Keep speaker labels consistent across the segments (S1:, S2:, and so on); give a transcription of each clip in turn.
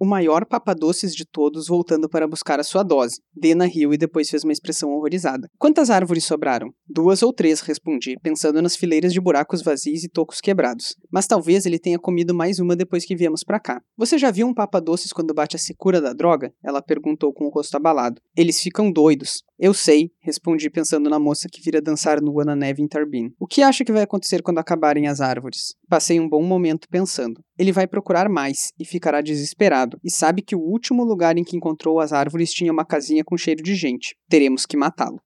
S1: o maior papadoces de todos voltando para buscar a sua dose. Dena riu e depois fez uma expressão horrorizada. Quantas árvores sobraram? Duas ou três, respondi, pensando nas fileiras de buracos vazios e tocos quebrados. Mas talvez ele tenha comido mais uma depois que viemos para cá. Você já viu um papadoces quando bate a secura da droga? Ela perguntou com o rosto abalado. Eles ficam doidos. Eu sei, respondi pensando na moça que vira dançar nua na neve em Tarbin. O que acha que vai acontecer quando acabarem as árvores? Passei um bom momento pensando. Ele vai procurar mais e ficará desesperado, e sabe que o último lugar em que encontrou as árvores tinha uma casinha com cheiro de gente. Teremos que matá-lo.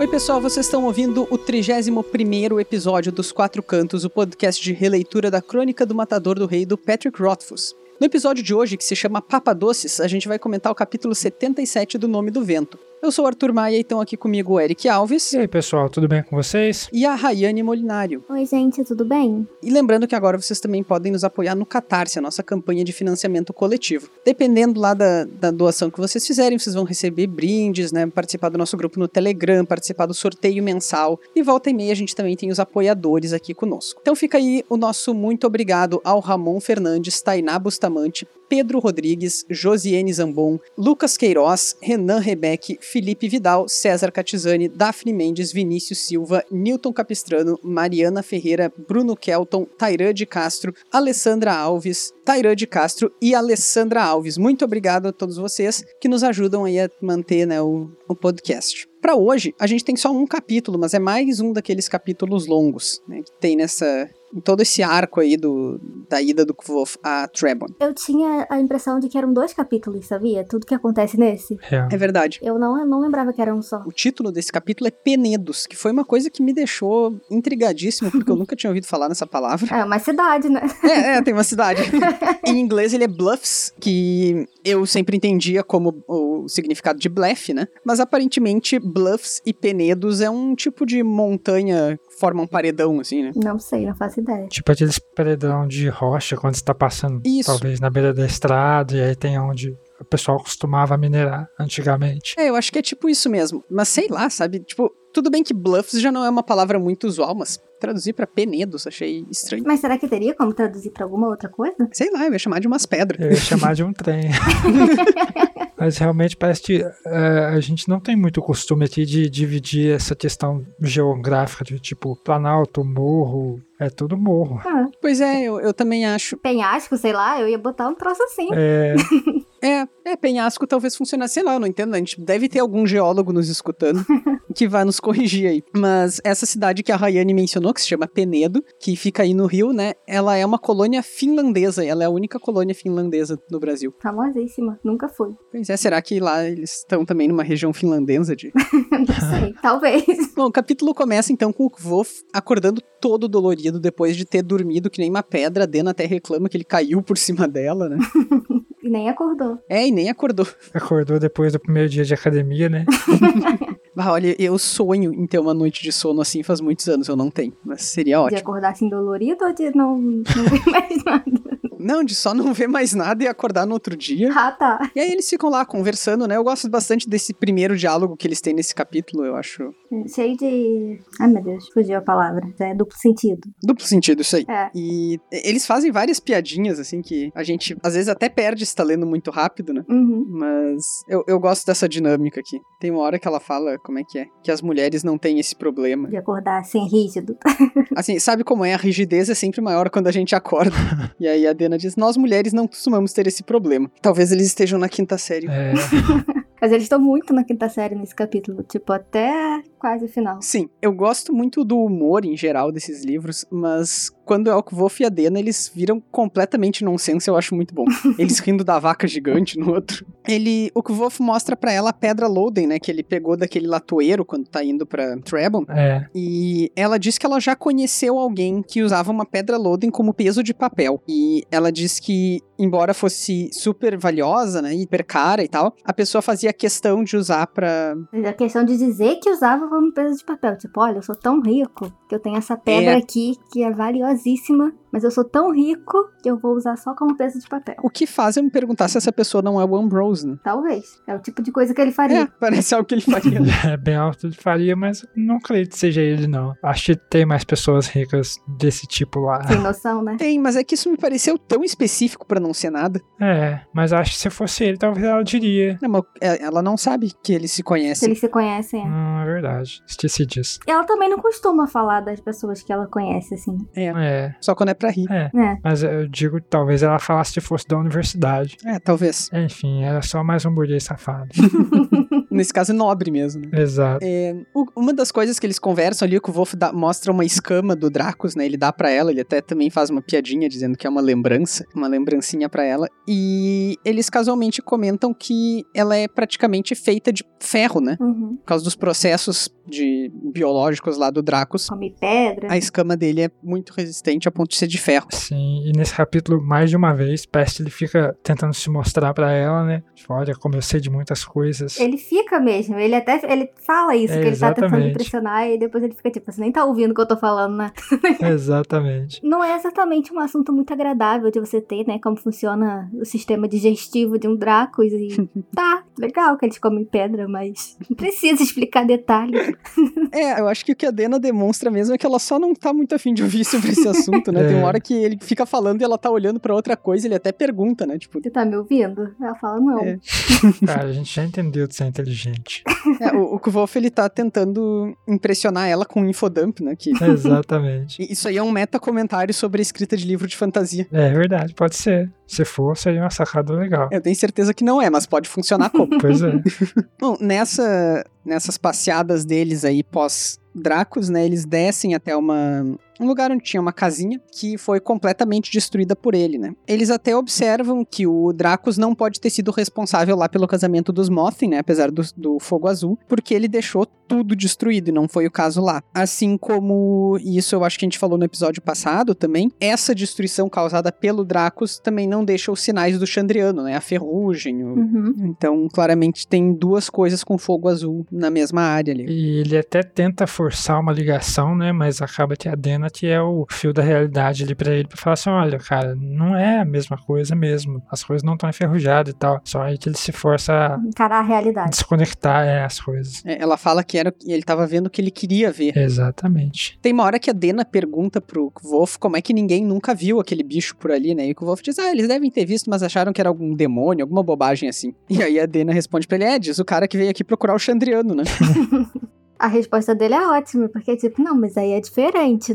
S1: Oi, pessoal, vocês estão ouvindo o 31 episódio dos Quatro Cantos, o podcast de releitura da Crônica do Matador do Rei do Patrick Rothfuss. No episódio de hoje, que se chama Papa Doces, a gente vai comentar o capítulo 77 do Nome do Vento. Eu sou o Arthur Maia e estão aqui comigo o Eric Alves
S2: E aí, pessoal, tudo bem com vocês?
S1: e a Rayane Molinário.
S3: Oi, gente, tudo bem?
S1: E lembrando que agora vocês também podem nos apoiar no Catarse, a nossa campanha de financiamento coletivo. Dependendo lá da, da doação que vocês fizerem, vocês vão receber brindes, né? Participar do nosso grupo no Telegram, participar do sorteio mensal. E volta e meia a gente também tem os apoiadores aqui conosco. Então fica aí o nosso muito obrigado ao Ramon Fernandes, Tainá Bustamante, Pedro Rodrigues, Josiane Zambon, Lucas Queiroz, Renan Rebeck, Felipe Vidal, César Catizani, Daphne Mendes, Vinícius Silva, Newton Capistrano, Mariana Ferreira, Bruno Kelton, Tairã de Castro, Alessandra Alves, Tairã de Castro e Alessandra Alves. Muito obrigado a todos vocês que nos ajudam aí a manter né, o, o podcast. Para hoje, a gente tem só um capítulo, mas é mais um daqueles capítulos longos né, que tem nessa, em todo esse arco aí do, da ida do Kvof a Trebon.
S3: Eu tinha a impressão de que eram dois capítulos, sabia? Tudo que acontece nesse.
S2: Real.
S1: É verdade.
S3: Eu não, eu não lembrava que era um só.
S1: O título desse capítulo é Penedos, que foi uma coisa que me deixou intrigadíssimo, porque eu nunca tinha ouvido falar nessa palavra.
S3: É uma cidade, né?
S1: É, é, tem uma cidade. em inglês ele é Bluffs, que eu sempre entendia como o significado de blefe, né? Mas aparentemente Bluffs e Penedos é um tipo de montanha que forma um paredão, assim, né?
S3: Não sei, não faço ideia.
S2: Tipo aqueles paredão de rocha quando você tá passando,
S1: Isso.
S2: talvez, na beira da estrada, e aí tem onde o pessoal costumava minerar antigamente.
S1: É, eu acho que é tipo isso mesmo. Mas sei lá, sabe? Tipo, tudo bem que Bluffs já não é uma palavra muito usual, mas traduzir pra Penedos achei estranho.
S3: Mas será que teria como traduzir pra alguma outra coisa?
S1: Sei lá, eu ia chamar de umas pedras.
S2: Eu ia chamar de um trem. Mas realmente parece que é, a gente não tem muito costume aqui de dividir essa questão geográfica de tipo planalto, morro, é tudo morro.
S3: Ah,
S1: Pois é, eu, eu também acho.
S3: penhasco, sei lá, eu ia botar um troço assim.
S2: É,
S1: É, é, penhasco talvez funcionasse, sei lá, eu não entendo. A gente deve ter algum geólogo nos escutando que vai nos corrigir aí. Mas essa cidade que a Rayane mencionou, que se chama Penedo, que fica aí no Rio, né? Ela é uma colônia finlandesa, ela é a única colônia finlandesa no Brasil.
S3: Famosíssima, nunca fui.
S1: Pois é, será que lá eles estão também numa região finlandesa de
S3: Não sei, talvez.
S1: Bom, o capítulo começa então com o Kvof acordando todo dolorido depois de ter dormido que nem uma pedra. A Dena até reclama que ele caiu por cima dela, né?
S3: E nem acordou.
S1: É, e nem acordou.
S2: acordou depois do primeiro dia de academia, né?
S1: Ah, olha, eu sonho em ter uma noite de sono assim faz muitos anos, eu não tenho, mas seria
S3: De
S1: ótimo.
S3: acordar assim dolorido ou de não, não ver mais nada?
S1: Não, de só não ver mais nada e acordar no outro dia.
S3: Ah, tá.
S1: E aí eles ficam lá conversando, né? Eu gosto bastante desse primeiro diálogo que eles têm nesse capítulo, eu acho.
S3: Cheio de. Ai, meu Deus, fugiu a palavra. É duplo sentido.
S1: Duplo sentido isso aí.
S3: É.
S1: E eles fazem várias piadinhas, assim, que a gente às vezes até perde se tá lendo muito rápido, né?
S3: Uhum.
S1: Mas eu, eu gosto dessa dinâmica aqui. Tem uma hora que ela fala, como é que é? Que as mulheres não têm esse problema.
S3: De acordar assim, rígido.
S1: Assim, sabe como é? A rigidez é sempre maior quando a gente acorda. e aí a Dena diz: Nós mulheres não costumamos ter esse problema. Talvez eles estejam na quinta série.
S2: É,
S3: Mas eles estão muito na quinta série nesse capítulo. Tipo, até quase final.
S1: Sim, eu gosto muito do humor em geral desses livros, mas quando é o Wolf e a Dena, eles viram completamente nonsense, eu acho muito bom. Eles rindo da vaca gigante no outro. Ele, o Wolf mostra para ela é a pedra Loden, né, que ele pegou daquele latoeiro quando tá indo para Trebon,
S2: É.
S1: e ela diz que ela já conheceu alguém que usava uma pedra Loden como peso de papel. E ela diz que, embora fosse super valiosa, né, hiper cara e tal, a pessoa fazia questão de usar pra
S3: Mas a questão de dizer que usava como peso de papel. Tipo, olha, eu sou tão rico que eu tenho essa pedra
S1: É.
S3: aqui que é valiosíssima, mas eu sou tão rico que eu vou usar só como peso de papel.
S1: O que faz eu me perguntar se essa pessoa não é o Ambrose, né?
S3: Talvez. É o tipo de coisa que ele
S1: É,
S3: faria.
S1: parece algo que ele faria. né?
S2: É bem alto de faria, mas não creio que seja ele, não. Acho que tem mais pessoas ricas desse tipo lá.
S3: Sem noção, né?
S1: Tem, mas é que isso me pareceu tão específico pra não ser nada.
S2: É, mas acho que se fosse ele, talvez ela diria.
S1: Não, mas é- ela não sabe que eles se
S3: Se
S1: conhecem.
S3: eles se conhecem, é.
S2: Não, é verdade. Esqueci disso.
S3: E Ela também não costuma falar das pessoas que ela conhece, assim,
S2: É,
S1: Só quando é pra rir.
S2: é.
S3: né?
S2: Mas eu digo que talvez ela falasse se fosse da universidade.
S1: É, talvez.
S2: Enfim, era só mais um burguês safado.
S1: Nesse caso, é nobre mesmo. né?
S2: Exato.
S1: O- uma das coisas que eles conversam ali, que o Wolf dá- mostra uma escama do Dracos, né? Ele dá pra ela, ele até também faz uma piadinha dizendo que é uma lembrança, uma lembrancinha pra ela. E eles casualmente comentam que ela é praticamente feita de ferro, né?
S3: Uhum.
S1: Por causa dos processos de biológicos lá do Dracos.
S3: Come pedra.
S1: A escama dele é muito resistente a ponto de ser de ferro.
S2: Sim, e nesse capítulo, mais de uma vez, Peste ele fica tentando se mostrar pra ela, né? Tipo, olha como eu sei de muitas coisas.
S3: Ele fica mesmo, ele até ele fala isso,
S2: É,
S3: que ele tá tentando
S2: exatamente.
S3: impressionar, e depois ele fica tipo, você nem tá ouvindo o que eu tô falando, né?
S2: Exatamente.
S3: Não é exatamente um assunto muito agradável de você ter, né? Como funciona o sistema digestivo de um Dracos e. tá, legal que eles comem pedra, mas não precisa explicar detalhes.
S1: É, eu acho que o que a Dena demonstra mesmo é que ela só não tá muito afim de ouvir sobre esse assunto, né? Tem
S2: É.
S1: uma hora que ele fica falando e ela tá olhando pra outra coisa, ele até pergunta, né? Tipo,
S3: Você tá me ouvindo? Ela fala, não.
S1: É.
S2: Cara, a gente já entendeu de ser inteligente.
S1: é, o, o Kvolf, ele tá tentando impressionar ela com um infodump, né? Que
S2: Exatamente.
S1: e isso aí é um meta comentário sobre a escrita de livro de fantasia.
S2: É verdade, pode ser. Se for, seria uma sacada legal.
S1: Eu tenho certeza que não é, mas pode funcionar como.
S2: Pois é.
S1: Bom, nessa, nessas passeadas deles aí pós Dracos, né, eles descem até uma um lugar onde tinha uma casinha que foi completamente destruída por ele, né? Eles até observam que o Dracos não pode ter sido responsável lá pelo casamento dos Mothin, né, apesar do, do fogo azul, porque ele deixou tudo destruído e não foi o caso lá. Assim como e isso eu acho que a gente falou no episódio passado também, essa destruição causada pelo Dracos também não deixa os sinais do Chandriano, né, a ferrugem, o,
S3: Uhum.
S1: então, claramente tem duas coisas com fogo azul na mesma área ali.
S2: E ele até tenta forçar uma ligação, né? Mas acaba que a Dena que é o fio da realidade ali pra ele, pra falar assim: olha, cara, não é a mesma coisa mesmo. As coisas não estão enferrujadas e tal. Só aí que ele se força
S3: Encarar a
S2: a
S3: realidade.
S2: desconectar é, as coisas.
S1: É, Ela fala que era, ele tava vendo o que ele queria ver.
S2: Exatamente.
S1: Tem uma hora que a Dena pergunta pro Wolf como é que ninguém nunca viu aquele bicho por ali, né? E o Wolf diz: Ah, eles devem ter visto, mas acharam que era algum demônio, alguma bobagem assim. E aí a Dena responde pra ele: É, diz o cara que veio aqui procurar o Chandriano, né?
S3: A resposta dele é ótima, porque tipo, não, mas aí é diferente,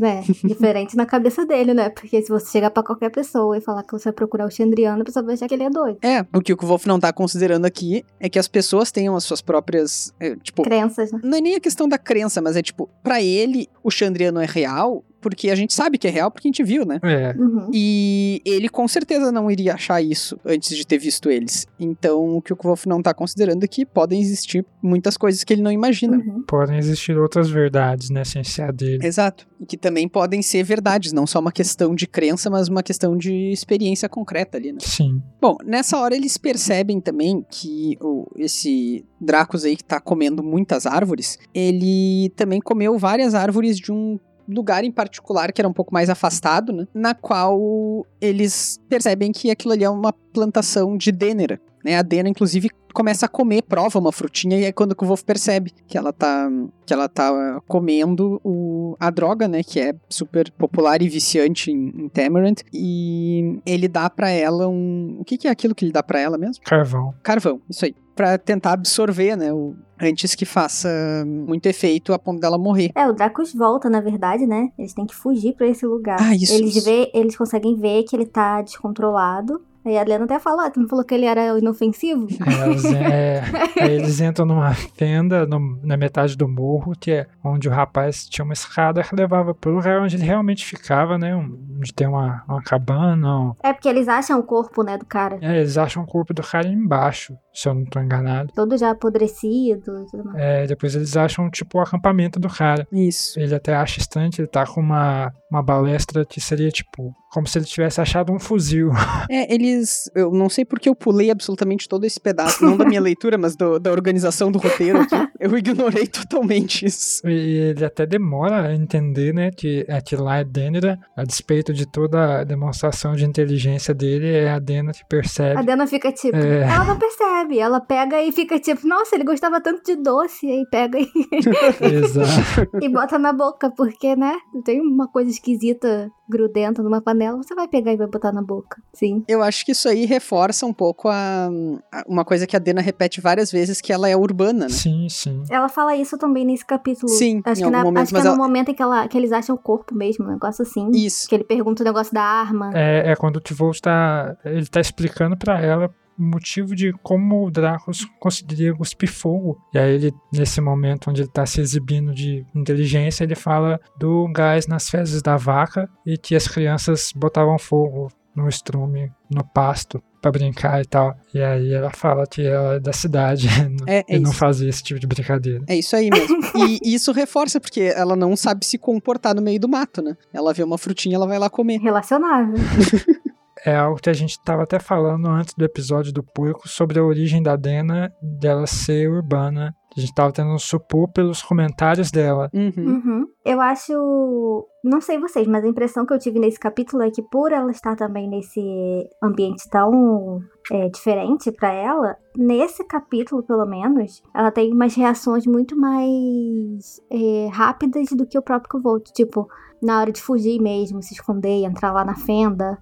S3: né? diferente na cabeça dele, né? Porque se você chegar pra qualquer pessoa e falar que você vai procurar o Xandriano, a pessoa vai achar que ele é doido.
S1: é, o que o Wolf não tá considerando aqui é que as pessoas tenham as suas próprias. é, tipo,
S3: Crenças, né?
S1: Não é nem a questão da crença, mas é tipo, pra ele, o Chandriano é real, porque a gente sabe que é real porque a gente viu, né?
S2: É.
S3: Uhum.
S1: E ele com certeza não iria achar isso antes de ter visto eles. Então, o que o Kvolf não tá considerando é que podem existir muitas coisas que ele não imagina.
S3: Uhum.
S2: Podem existir outras verdades, né? Sem ser a dele.
S1: Exato. E que também podem ser verdades, não só uma questão de crença, mas uma questão de experiência concreta ali, né?
S2: Sim.
S1: Bom, nessa hora eles percebem também que o- esse Dracos aí que tá comendo muitas árvores, ele também comeu várias árvores de um lugar em particular que era um pouco mais afastado, né? Na qual eles percebem que aquilo ali é uma plantação de Dênera. Né, a Dena, inclusive, começa a comer, prova uma frutinha, e é quando que o Wolf percebe que ela tá, que ela tá comendo o, a droga, né? Que é super popular e viciante em, em Tamarind. E ele dá pra ela um. O que, que é aquilo que ele dá pra ela mesmo?
S2: Carvão.
S1: Carvão, isso aí. Pra tentar absorver, né? O, antes que faça muito efeito a ponto dela morrer.
S3: É, o Dracos volta, na verdade, né? Eles têm que fugir pra esse lugar.
S1: Ah, isso,
S3: Eles,
S1: isso.
S3: vê, eles conseguem ver que ele tá descontrolado. Aí a Lena até falou, ah, tu não falou que ele era inofensivo?
S2: Aí elas- é, aí eles entram numa fenda no- na metade do morro, que é onde o rapaz tinha uma escada que levava pro lugar onde ele realmente ficava, né? um- Onde tem uma, uma cabana. um-
S3: É porque eles acham o corpo, né, do cara.
S2: É, eles acham o corpo do cara embaixo, se eu não tô enganado.
S3: Todo já apodrecido e tudo mais.
S2: É, depois eles acham, tipo, o acampamento do cara.
S1: Isso.
S2: Ele até acha estranho, ele tá com uma, uma balestra que seria, tipo, como se ele tivesse achado um fuzil.
S1: É, eles. Eu não sei porque eu pulei absolutamente todo esse pedaço, não da minha leitura, mas do- da organização do roteiro aqui. Eu ignorei totalmente isso.
S2: E ele até demora a entender, né, que, é que lá é Dênera, a despeito de toda a demonstração de inteligência dele, é a Dena que
S3: A
S2: percebe.
S3: Dena fica tipo,
S2: É.
S3: ela não percebe. Ela pega e fica tipo, nossa, ele gostava tanto de doce. Aí pega e,
S2: Exato.
S3: e bota na boca, porque, né? Tem uma coisa esquisita grudenta numa panela, você vai pegar e vai botar na boca. Sim.
S1: Eu acho que isso aí reforça um pouco a, a- uma coisa que a Dena repete várias vezes, que ela é urbana, né?
S2: Sim, sim.
S3: Ela fala isso também nesse capítulo.
S1: Sim,
S3: acho
S1: em
S3: que,
S1: algum
S3: na-
S1: momento,
S3: acho que
S1: mas
S3: é
S1: ela-
S3: no momento em que, ela, que eles acham o corpo mesmo, um negócio assim.
S1: Isso.
S3: Que ele pergunta o negócio da arma.
S1: Uhum.
S2: É, é quando o Tivolt tá, ele tá explicando pra ela o motivo de como o Dracos conseguiria cuspir fogo. E aí ele, nesse momento onde ele tá se exibindo de inteligência, ele fala do gás nas fezes da vaca e que as crianças botavam fogo no estrume, no pasto, pra brincar e tal. E aí ela fala que ela é da cidade
S1: É, é
S2: e não
S1: isso.
S2: fazia esse tipo de brincadeira.
S1: É isso aí mesmo. E e isso reforça, porque ela não sabe se comportar no meio do mato, né? Ela vê uma frutinha, ela vai lá comer.
S3: Relacionável.
S2: é algo que a gente estava até falando antes do episódio do Porco sobre a origem da Dena dela ser urbana. A gente estava tentando supor pelos comentários dela.
S1: Uhum.
S3: Uhum. Eu acho. Não sei vocês, mas a impressão que eu tive nesse capítulo é que, por ela estar também nesse ambiente tão é, diferente pra ela, nesse capítulo, pelo menos, ela tem umas reações muito mais é, rápidas do que o próprio Covolt. Tipo, na hora de fugir mesmo, se esconder, entrar lá na fenda.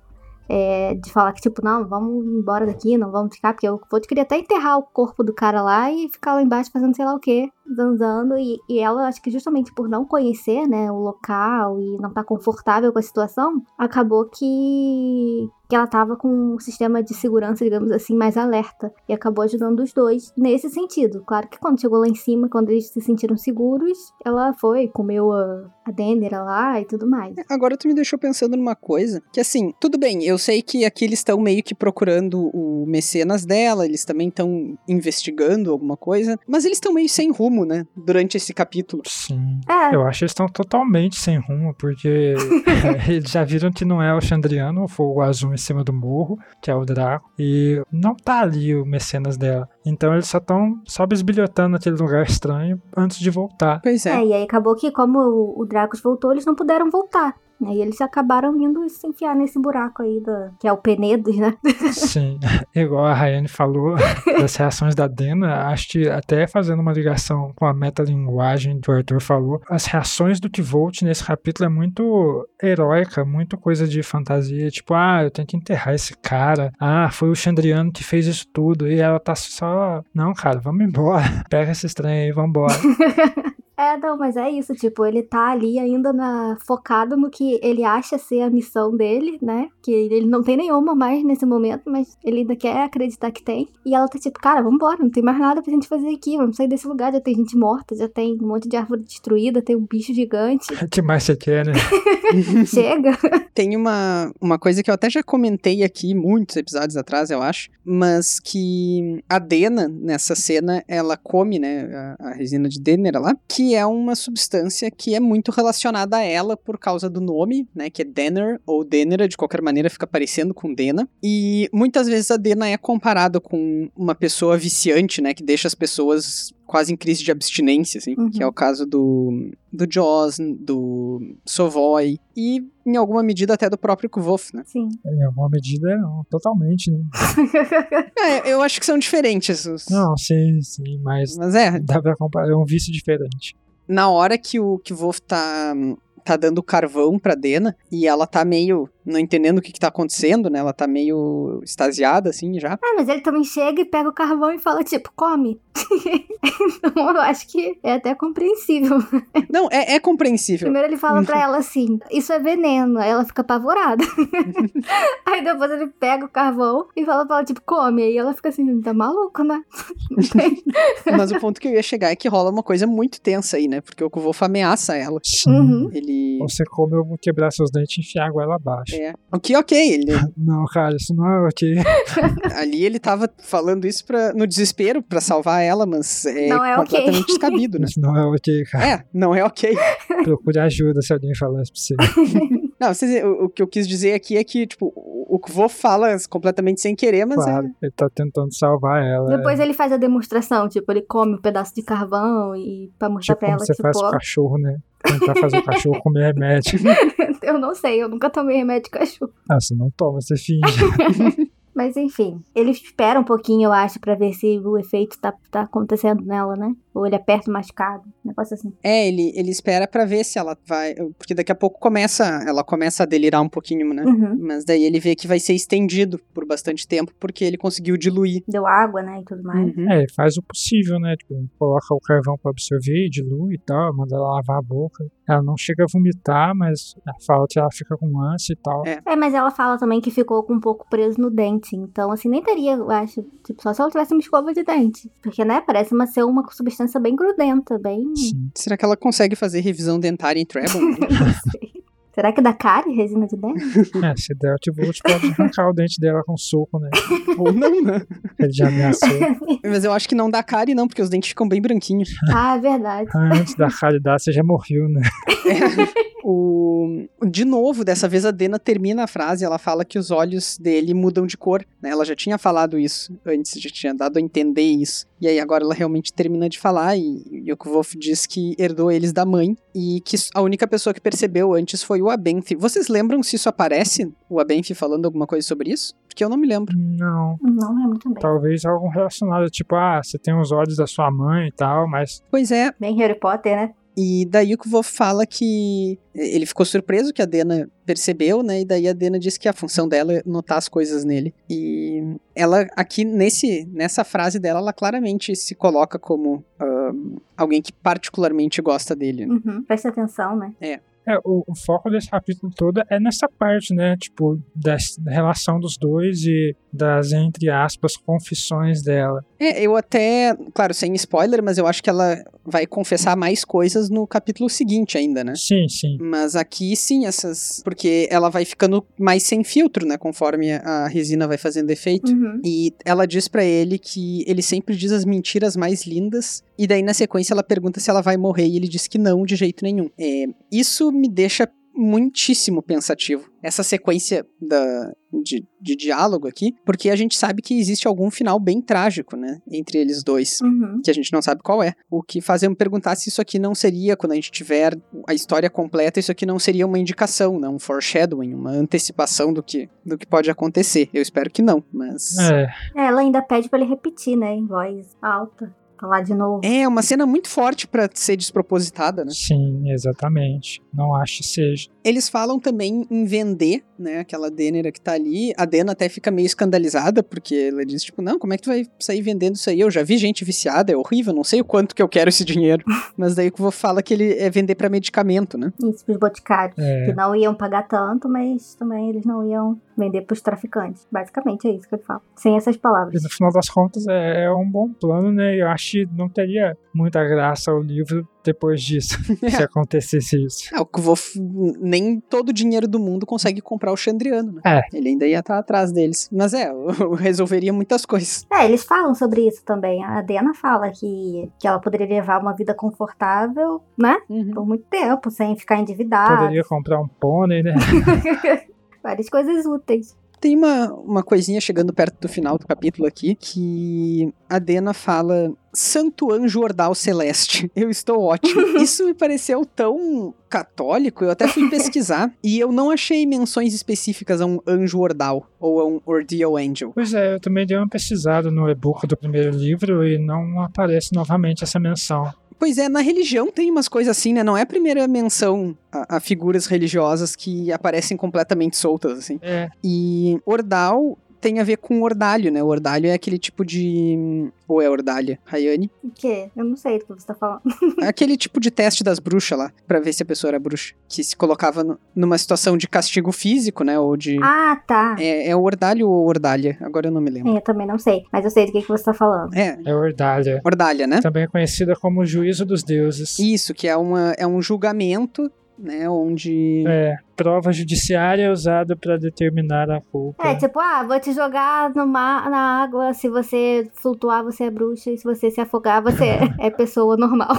S3: é, de falar que, tipo, não, vamos embora daqui, não vamos ficar, porque o Covolt queria até enterrar o corpo do cara lá e ficar lá embaixo fazendo sei lá o quê zanzando e, e ela, acho que justamente por não conhecer, né, o local e não estar confortável com a situação, acabou que, que ela tava com um sistema de segurança, digamos assim, mais alerta e acabou ajudando os dois nesse sentido. Claro que quando chegou lá em cima, quando eles se sentiram seguros, ela foi, comeu a, a Dendera lá e tudo mais.
S1: Agora tu me deixou pensando numa coisa, que assim, tudo bem, eu sei que aqui eles estão meio que procurando o mecenas dela, eles também estão investigando alguma coisa, mas eles estão meio sem rumo, né, durante esse capítulo.
S2: Sim.
S3: É,
S2: Eu acho que eles estão totalmente sem rumo, porque é, eles já viram que não é o Xandriano, o fogo azul em cima do morro, que é o Draco, e não tá ali o mecenas dela. Então eles só estão só bisbilhotando aquele lugar estranho antes de voltar.
S1: Pois é.
S3: É, e aí acabou que, como o, o Dracos voltou, eles não puderam voltar. né? E eles acabaram indo se enfiar nesse buraco aí, da, que é o Penedos, né?
S2: Sim, igual a Rayane falou das reações da Dena, acho que até fazendo uma ligação com a metalinguagem que o Arthur falou, as reações do Tivolt nesse capítulo é muito heróica, muito coisa de fantasia, tipo, ah, eu tenho que enterrar esse cara, ah, foi o Xandriano que fez isso tudo, e ela tá só, não, cara, vamos embora, pega esse trem aí, vambora.
S3: É, não, mas é isso, tipo, ele tá ali ainda na- focado no que ele acha ser a missão dele, né? Que ele não tem nenhuma mais nesse momento, mas ele ainda quer acreditar que tem. E ela tá tipo, cara, vambora, não tem mais nada pra gente fazer aqui, vamos sair desse lugar, já tem gente morta, já tem um monte de árvore destruída, tem um bicho gigante,
S2: O que mais você quer, né?
S3: chega.
S1: Tem uma, uma coisa que eu até já comentei aqui muitos episódios atrás, eu acho, mas que a Dena, nessa cena, ela come, né, a, a resina de Denera lá, que é uma substância que é muito relacionada a ela por causa do nome, né, que é Denner ou Denera, de qualquer maneira fica parecendo com Dena, e muitas vezes a Dena é comparada com uma pessoa viciante, né, que deixa as pessoas quase em crise de abstinência, assim,
S3: Uhum.
S1: que é o caso do, do Jaws, do Sovoy, e em alguma medida até do próprio Kvof, né?
S3: Sim.
S2: Em alguma medida, não, totalmente, né?
S1: É, eu acho que são diferentes. Os...
S2: Não, sim, sim, mas
S1: Mas é,
S2: dá pra comparar, é um vício diferente.
S1: na hora que o Kvof tá, tá dando carvão pra Dena, e ela tá meio, não entendendo o que, que tá acontecendo, né? Ela tá meio extasiada, assim, já.
S3: É, mas ele também chega e pega o carvão e fala, tipo, come. então eu acho que é até compreensível.
S1: Não, é, é compreensível.
S3: Primeiro ele fala
S2: Uhum.
S3: pra ela assim, isso é veneno. Aí ela fica apavorada. Aí depois ele pega o carvão e fala pra ela, tipo, come. Aí ela fica assim, tá maluco, né?
S1: Mas o ponto que eu ia chegar é que rola uma coisa muito tensa aí, né? Porque o Kovolf ameaça ela.
S3: Uhum.
S1: Ele.
S2: Você come, eu vou quebrar seus dentes e enfiar a goela abaixo.
S1: É. O que ok, ele.
S2: Não, cara, isso não é ok.
S1: Ali ele tava falando isso pra, no desespero pra salvar ela, mas é,
S3: Não é ok.
S1: completamente descabido, né?
S2: Isso não é ok, cara.
S1: É, não é ok.
S2: Procure ajuda se alguém falar isso pra você.
S1: Não, vocês, o, o que eu quis dizer aqui é que, tipo, o o Kvo fala completamente sem querer, mas
S2: Claro, ele tá tentando salvar ela.
S3: Depois ele faz a demonstração, tipo, ele come um pedaço de carvão e
S1: tá
S3: pra
S2: é, tipo
S3: mostrar pra
S2: como
S3: ela,
S2: você
S3: tipo,
S2: faz com o
S3: ó,
S2: cachorro, né? Tentar fazer o cachorro comer remédio.
S3: eu não sei, eu nunca tomei remédio de cachorro.
S2: Ah, você não toma, você finge.
S3: Mas enfim, ele espera um pouquinho, eu acho, pra ver se o efeito tá, tá acontecendo nela, né? Ou ele aperta o machucado, um negócio assim.
S1: É, ele, ele espera pra ver se ela vai. Porque daqui a pouco começa. Ela começa a delirar um pouquinho, né?
S3: Uhum.
S1: Mas daí ele vê que vai ser estendido por bastante tempo, porque ele conseguiu diluir.
S3: Deu água, né, e tudo mais.
S1: Uhum.
S2: É, faz o possível, né? Tipo, coloca o carvão pra absorver, dilui e tal, manda ela lavar a boca. Ela não chega a vomitar, mas a falta ela fica com ânsia e tal.
S1: É.
S3: É, mas ela fala também que ficou com um pouco preso no dente. Então, assim, nem teria, eu acho. Tipo, só se ela tivesse uma escova de dente. Porque, né, parece uma, ser uma substância bem grudenta, bem.
S1: É.
S2: Sim.
S1: Será que ela consegue fazer revisão dentária em Trebon?
S3: Será que dá cara resina de dente?
S2: É, se der Altivolt pode arrancar o dente dela com um soco, né?
S1: Ou não, né?
S2: Ele já ameaçou.
S1: Mas eu acho que não dá cárie, não, porque os dentes ficam bem branquinhos.
S3: ah, é verdade.
S2: Ah, Antes da raridade, você já morreu, né?
S1: O... De novo, dessa vez a Dena termina a frase, ela fala que os olhos dele mudam de cor. né? Ela já tinha falado isso antes, já tinha dado a entender isso. E aí agora ela realmente termina de falar e e o Kvolf diz que herdou eles da mãe e que a única pessoa que percebeu antes foi o Abenfi. Vocês lembram se isso aparece? O Abenfi falando alguma coisa sobre isso? Porque eu não me lembro.
S2: Não.
S3: Não é muito bem.
S2: Talvez algo relacionado, tipo, ah, você tem os olhos da sua mãe e tal, mas
S1: Pois é,
S3: Bem Harry Potter, né?
S1: E daí o Kvo fala que ele ficou surpreso que a Dena percebeu, né? E daí a Dena disse que a função dela é notar as coisas nele. E ela aqui nesse nessa frase dela, ela claramente se coloca como ahn, alguém que particularmente gosta dele. né?
S3: Uhum. Presta atenção, né?
S2: É, o, o foco desse capítulo todo é nessa parte, né? Tipo, das- da relação dos dois e das, entre aspas, confissões dela.
S1: É, eu até, claro, sem spoiler, mas eu acho que ela vai confessar mais coisas no capítulo seguinte ainda, né?
S2: Sim, sim.
S1: Mas aqui sim, essas. Porque ela vai ficando mais sem filtro, né? Conforme a resina vai fazendo efeito.
S3: Uhum.
S1: E ela diz pra ele que ele sempre diz as mentiras mais lindas. E daí, na sequência, ela pergunta se ela vai morrer e ele diz que não, de jeito nenhum. É, isso me deixa muitíssimo pensativo. Essa sequência da, de, de diálogo aqui, porque a gente sabe que existe algum final bem trágico, né? Entre eles dois.
S3: Uhum.
S1: Que a gente não sabe qual é. O que faz eu me perguntar se isso aqui não seria, quando a gente tiver a história completa, isso aqui não seria uma indicação, né? Um foreshadowing, uma antecipação do que, do que pode acontecer. Eu espero que não, mas.
S2: É,
S3: É, Ela ainda pede pra ele repetir, né? Em voz alta. Falar de novo.
S1: É, uma cena muito forte pra ser despropositada, né?
S2: sim, exatamente. Não acho que seja.
S1: Eles falam também em vender, né, aquela Denera que tá ali. A Dena até fica meio escandalizada, porque ela diz, tipo, não, como é que tu vai sair vendendo isso aí? Eu já vi gente viciada, é horrível, não sei o quanto que eu quero esse dinheiro. Mas daí o Kvo fala que ele é vender pra medicamento, né?
S3: Isso, pros boticários.
S2: É,
S3: que não iam pagar tanto, mas também eles não iam vender pros traficantes. Basicamente é isso que eu falo. Sem essas
S2: e
S3: palavras.
S2: no final das contas, é, é um bom plano, né? Eu acho que não teria muita graça o livro depois disso, se acontecesse isso.
S1: Ah, o Kvo f- nem todo o dinheiro do mundo consegue comprar o Xandriano, né?
S2: É.
S1: Ele ainda ia estar atrás deles. Mas é, eu resolveria muitas coisas.
S3: É, eles falam sobre isso também. A Dena fala que, que ela poderia levar uma vida confortável, né? Por muito tempo, sem ficar endividada.
S2: Poderia comprar um pônei, né?
S3: Várias coisas úteis.
S1: Tem uma, uma coisinha chegando perto do final do capítulo aqui, que a Dena fala: Santo anjo ordal celeste, eu estou ótimo. Isso me pareceu tão católico, eu até fui pesquisar, e eu não achei menções específicas a um anjo ordal ou a um ordeal angel.
S2: Pois é, eu também dei uma pesquisada no e-book do primeiro livro e não aparece novamente essa menção.
S1: Pois é, na religião tem umas coisas assim, né? Não é a primeira menção a, a figuras religiosas que aparecem completamente soltas, assim.
S2: É.
S1: E ordal tem a ver com ordalho, né? O ordalho é aquele tipo de. Ou é ordalha, Rayane?
S3: O quê? Eu não sei do que você tá falando.
S1: aquele tipo de teste das bruxas lá, pra ver se a pessoa era bruxa. Que se colocava no- numa situação de castigo físico, né? Ou de.
S3: Ah, tá.
S1: É, é ordalho ou ordalha? Agora eu não me lembro.
S3: É, eu também não sei, mas eu sei do que, que você tá falando.
S1: É,
S2: É Ordalha.
S1: ordalha, né?
S2: Também é conhecida como Juízo dos Deuses.
S1: Isso, que é, uma, é um julgamento, né? Onde.
S2: É, prova judiciária usada para determinar a culpa.
S3: É, tipo, ah, vou te jogar no mar, na água, se você flutuar, você é bruxa, e se você se afogar, você é- é pessoa normal.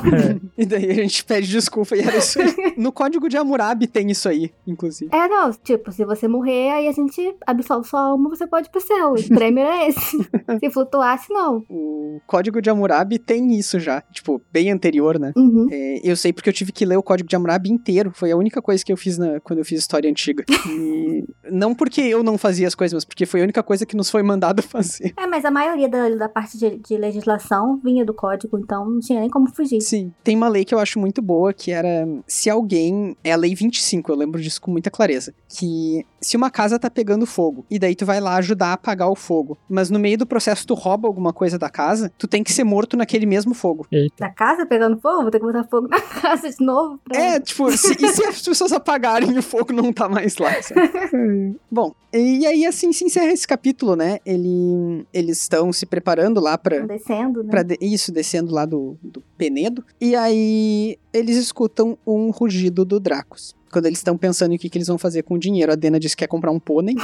S1: E daí a gente pede desculpa e era isso. aí. no código de Hammurabi tem isso aí, inclusive.
S3: É, não, tipo, se você morrer, aí a gente absolve sua alma, você pode ir pro céu. O prêmio é esse. se flutuasse, não.
S1: O código de Hammurabi tem isso já. Tipo, bem anterior, né?
S3: Uhum.
S1: É, eu sei porque eu tive que ler o Código de Hammurabi inteiro. Foi a única coisa que eu fiz na- quando eu fiz História Antiga. E não porque eu não fazia as coisas, mas porque foi a única coisa que nos foi mandado fazer.
S3: É, mas a maioria da, da parte de, de legislação vinha do código, então não tinha nem como fugir.
S1: Sim. Tem uma lei que eu acho muito boa, que era se alguém... É a Lei 25, eu lembro disso com muita clareza. Que se uma casa tá pegando fogo, e daí tu vai lá ajudar a apagar o fogo, mas no meio do processo tu rouba alguma coisa da casa, tu tem que ser morto naquele mesmo fogo.
S2: Eita.
S3: Da casa pegando fogo, vou ter que botar fogo na casa de novo. pra-
S1: É, tipo, se- e se as pessoas apagarem e o fogo não tá mais lá, sabe? Bom, e aí assim se encerra esse capítulo, né? Ele, eles estão se preparando lá pra,
S3: Descendo, né?
S1: pra de- isso, descendo lá do, do Penedo. E aí eles escutam um rugido do Dracos. Quando eles estão pensando em o que, que eles vão fazer com o dinheiro, a Dena diz que quer comprar um pônei.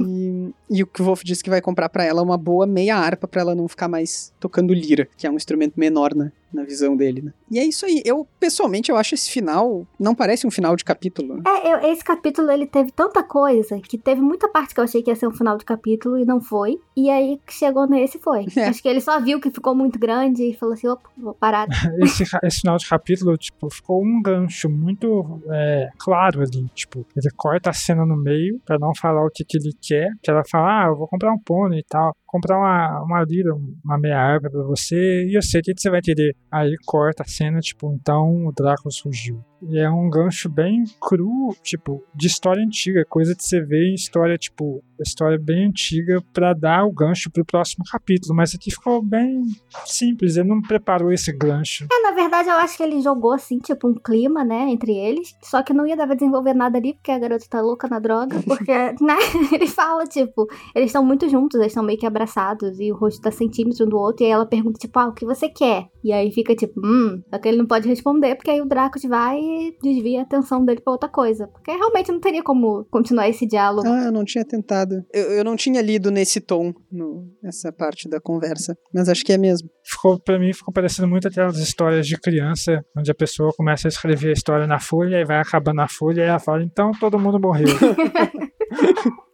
S1: e, e o Kvolf diz que vai comprar pra ela uma boa meia harpa pra ela não ficar mais tocando lira, que é um instrumento menor, né? Na visão dele, né? E é isso aí. Eu, pessoalmente, eu acho esse final. Não parece um final de capítulo. né?
S3: É, eu- esse capítulo ele teve tanta coisa que teve muita parte que eu achei que ia ser um final de capítulo e não foi. E aí que chegou nesse foi.
S1: É.
S3: Acho que ele só viu que ficou muito grande e falou assim: opa, vou parar.
S2: Esse, ca- esse final de capítulo, tipo, ficou um gancho muito é, claro ali. Tipo, ele corta a cena no meio pra não falar o que, que ele quer. Que ela fala, ah, eu vou comprar um pônei e tal. Comprar uma, uma lira, um, uma meia árvore pra você. E eu sei o que, que você vai querer. Aí corta a cena, tipo, então o Drácula surgiu. E é um gancho bem cru, tipo, de história antiga. Coisa de você ver em história, tipo, história bem antiga pra dar o gancho pro próximo capítulo. Mas aqui ficou bem simples. Ele não preparou esse gancho.
S3: É, na verdade, eu acho que ele jogou assim, tipo, um clima, né, entre eles. Só que não ia dar pra desenvolver nada ali, porque a garota tá louca na droga. Porque, né, ele fala, tipo, eles estão muito juntos, eles estão meio que abraçados, e o rosto tá centímetro um do outro, e aí ela pergunta, tipo, ah, o que você quer? E aí fica, tipo, hum, só que ele não pode responder, porque aí o Draco vai e desvia a atenção dele pra outra coisa. Porque realmente não teria como continuar esse diálogo.
S1: Ah, eu não tinha tentado. Eu, eu não tinha lido nesse tom, no, essa parte da conversa. Mas acho que é mesmo.
S2: ficou para mim ficou parecendo muito aquelas histórias de criança onde a pessoa começa a escrever a história na folha e vai acabando a folha e ela fala então todo mundo morreu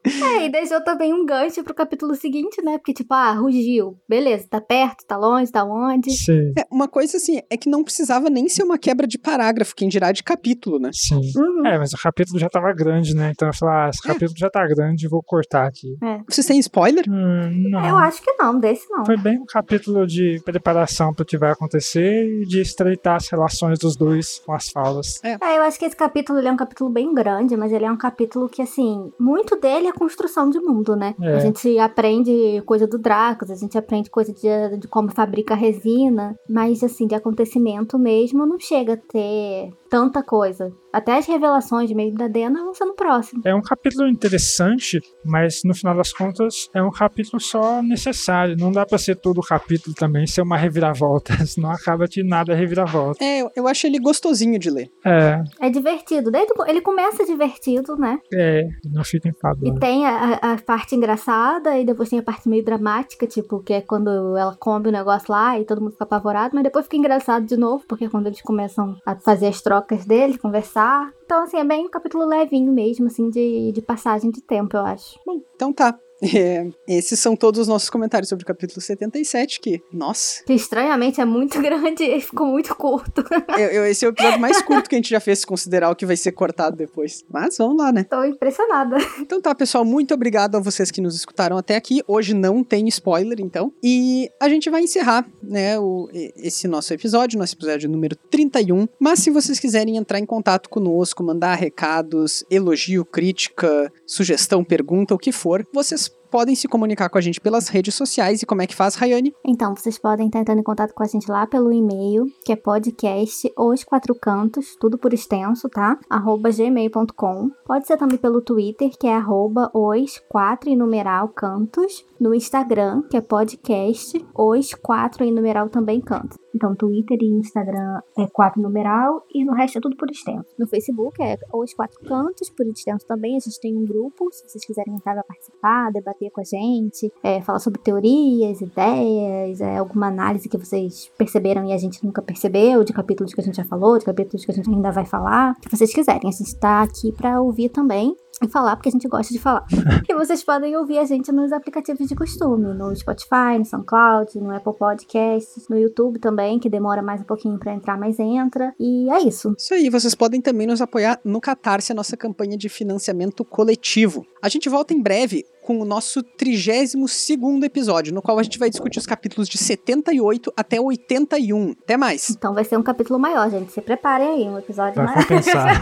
S3: É, e deixou também um gancho pro capítulo seguinte, né? Porque, tipo, ah, rugiu. Beleza, tá perto, tá longe, tá onde?
S2: sim
S1: É, uma coisa assim, é que não precisava nem ser uma quebra de parágrafo, quem dirá de capítulo, né?
S2: sim
S3: Uhum.
S2: é mas o capítulo já tava grande né então eu falei ah, esse capítulo já tá grande vou cortar aqui
S1: Vocês têm spoiler?
S2: Hum,
S3: Eu
S2: não
S3: acho que não, desse não.
S2: foi bem um capítulo de preparação para o que vai acontecer e de estreitar as relações dos dois com as falas
S3: É, eu acho que esse capítulo ele é um capítulo bem grande, mas ele é um capítulo que, assim, muito dele é construção de mundo, né?
S2: É.
S3: A gente aprende coisa do Dracos, a gente aprende coisa de, de como fabrica resina, mas, assim, de acontecimento mesmo, não chega a ter tanta coisa. Até as revelações mesmo da Dena vão ser no próximo.
S2: É um capítulo interessante, mas no final das contas é um capítulo só necessário. Não dá pra ser todo o capítulo também ser uma reviravolta, senão acaba que nada é reviravolta.
S1: É, eu, eu acho ele gostosinho de ler.
S2: É,
S3: É divertido. Desde, o co- ele começa divertido, né?
S2: é, não fica
S3: E
S2: enfadado.
S3: tem a, a- a parte engraçada e depois tem a parte meio dramática, tipo, que é quando ela come o negócio lá e todo mundo fica apavorado, mas depois fica engraçado de novo, porque é quando eles começam a fazer as trocas deles, conversar. Então, assim, é bem um capítulo levinho mesmo, assim, de, de passagem de tempo, eu acho.
S1: Bom, então tá. É, esses são todos os nossos comentários sobre o capítulo 77, que, nossa,
S3: Que estranhamente é muito grande e ficou muito curto.
S1: eu- eu- esse é o episódio mais curto que a gente já fez, se considerar o que vai ser cortado depois. Mas vamos lá, né?
S3: Tô impressionada.
S1: Então tá, pessoal, muito obrigado a vocês que nos escutaram até aqui. Hoje não tem spoiler, então. E a gente vai encerrar, né, o- e- esse nosso episódio, nosso episódio número 31. Mas se vocês quiserem entrar em contato conosco, mandar recados, elogio, crítica, sugestão, pergunta, o que for, vocês podem se comunicar com a gente pelas redes sociais. E como é que faz, Rayane?
S3: Então, vocês podem estar entrando em contato com a gente lá pelo e-mail, que é podcast os quatro cantos, tudo por extenso, tá? Arroba gmail.com. Pode ser também pelo Twitter, que é arroba os quatro em numeral cantos. No Instagram, que é podcast os quatro em numeral também cantos. Então, Twitter e Instagram é quatro em numeral e no resto é tudo por extenso. No Facebook é os quatro cantos, por extenso também. A gente tem um grupo, se vocês quiserem entrar pra participar, debater com a gente, é, falar sobre teorias, ideias, é, alguma análise que vocês perceberam e a gente nunca percebeu, de capítulos que a gente já falou, de capítulos que a gente ainda vai falar, o que vocês quiserem. A gente tá aqui pra ouvir também. E falar, porque a gente gosta de falar. e vocês podem ouvir a gente nos aplicativos de costume, no Spotify, no SoundCloud, no Apple Podcasts, no YouTube também, que demora mais um pouquinho pra entrar, mas entra. E é isso.
S1: Isso aí, vocês podem também nos apoiar no Catarse, a nossa campanha de financiamento coletivo. A gente volta em breve com o nosso 32º episódio, no qual a gente vai discutir os capítulos de 78 até 81. Até mais!
S3: Então vai ser um capítulo maior, gente.
S2: Tá.
S3: Se preparem aí, um episódio
S2: Pra
S3: maior.
S2: compensar.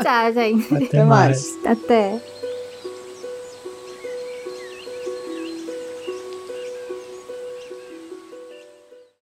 S3: Tchau, gente.
S2: Até mais.
S3: Até.